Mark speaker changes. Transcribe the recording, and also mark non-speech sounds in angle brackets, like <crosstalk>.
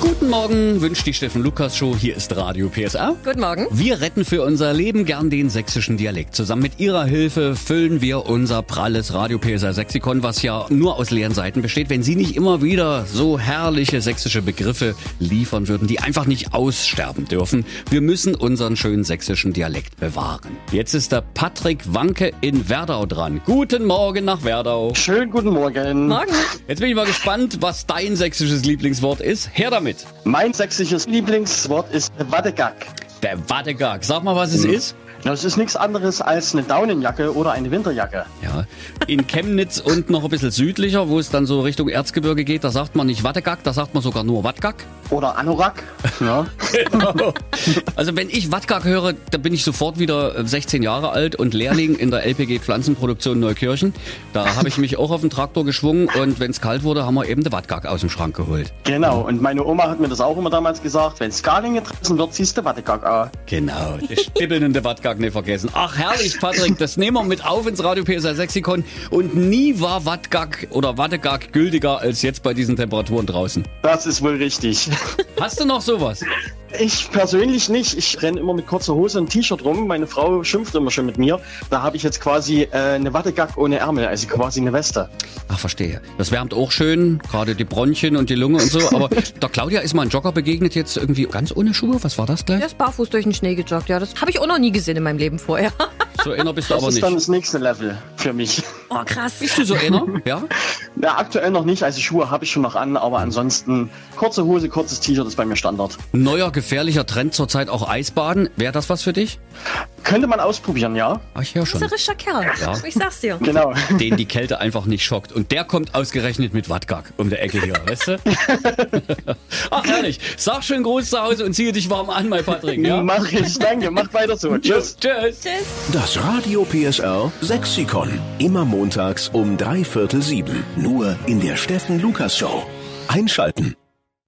Speaker 1: Guten Morgen, wünscht die Steffen Lukas Show. Hier ist Radio PSA.
Speaker 2: Guten Morgen.
Speaker 1: Wir retten für unser Leben gern den sächsischen Dialekt. Zusammen mit Ihrer Hilfe füllen wir unser pralles Radio PSA Sexikon, was ja nur aus leeren Seiten besteht, wenn Sie nicht immer wieder so herrliche sächsische Begriffe liefern würden, die einfach nicht aussterben dürfen. Wir müssen unseren schönen sächsischen Dialekt bewahren. Jetzt ist der Patrick Wanke in Werdau dran. Guten Morgen nach Werdau.
Speaker 3: Schönen guten Morgen.
Speaker 2: Morgen.
Speaker 1: Jetzt bin ich mal gespannt, was dein sächsisches Lieblingswort ist. Her damit.
Speaker 3: Mein sächsisches Lieblingswort ist Wattegack.
Speaker 1: Der Waddegag. Sag mal, was es ist.
Speaker 3: Das ist nichts anderes als eine Daunenjacke oder eine Winterjacke.
Speaker 1: Ja. In Chemnitz und noch ein bisschen südlicher, wo es dann so Richtung Erzgebirge geht, da sagt man nicht Wattegack, da sagt man sogar nur Wattgack.
Speaker 3: Oder
Speaker 1: <laughs>
Speaker 3: Anorak. Ja.
Speaker 1: Also wenn ich Wattgack höre, da bin ich sofort wieder äh, 16 Jahre alt und Lehrling in der LPG Pflanzenproduktion Neukirchen. Da habe ich mich auch auf den Traktor geschwungen und wenn es kalt wurde, haben wir eben den Wattgack aus dem Schrank geholt.
Speaker 3: genau. Und meine Oma hat mir das auch immer damals gesagt. Wenn Skaling getreten wird, siehst du Wattegack an.
Speaker 1: Genau, der stibbelnde Wattgack nicht vergessen. Ach herrlich, Patrick, das nehmen wir mit auf ins Radio PSA Sexikon. Und nie war Wattgack oder Wattegack gültiger als jetzt bei diesen Temperaturen draußen.
Speaker 3: Das ist wohl
Speaker 1: <laughs>
Speaker 3: richtig.
Speaker 1: Hast du noch sowas?
Speaker 3: Ich persönlich nicht. Ich renne immer mit kurzer Hose und T-Shirt rum. Meine Frau schimpft immer schon mit mir. Da habe ich jetzt quasi äh, eine Wattegack ohne Ärmel, also quasi eine Weste.
Speaker 1: Ach, verstehe. Das wärmt auch schön, gerade die Bronchien und die Lunge und so. Aber der Claudia ist mal ein Jogger begegnet, jetzt irgendwie ganz ohne Schuhe. Was war das gleich?
Speaker 2: Der ist barfuß durch den Schnee gejoggt. Ja, das habe ich auch noch nie gesehen in meinem Leben vorher.
Speaker 1: So inner bist du
Speaker 3: Das
Speaker 1: aber
Speaker 3: ist
Speaker 1: nicht.
Speaker 3: dann das nächste Level für mich.
Speaker 2: Oh, krass.
Speaker 1: Bist du so inner? Ja?
Speaker 3: Na, aktuell noch nicht. Also Schuhe habe ich schon noch an, aber ansonsten kurze Hose, kurzes T-Shirt ist bei mir Standard.
Speaker 1: Neuer gefährlicher Trend zurzeit auch Eisbaden. Wäre das was für dich?
Speaker 3: Könnte man ausprobieren, ja?
Speaker 1: Ach ja, schon.
Speaker 2: Rischer Kerl.
Speaker 1: Ja.
Speaker 2: Ich sag's dir.
Speaker 3: Genau.
Speaker 1: Den die Kälte einfach nicht schockt. Und der kommt ausgerechnet mit Wattgack um der Ecke hier, weißt du? Ach, ehrlich. Sag schön Gruß zu Hause und ziehe dich warm an, mein Patrick. Ja?
Speaker 3: <laughs> Mach ich, danke. Macht weiter so. Tschüss.
Speaker 1: Tschüss.
Speaker 2: Tschüss.
Speaker 4: Das Radio PSR Sexikon. Immer montags um drei Viertel sieben. Nur in der Steffen Lukas Show. Einschalten.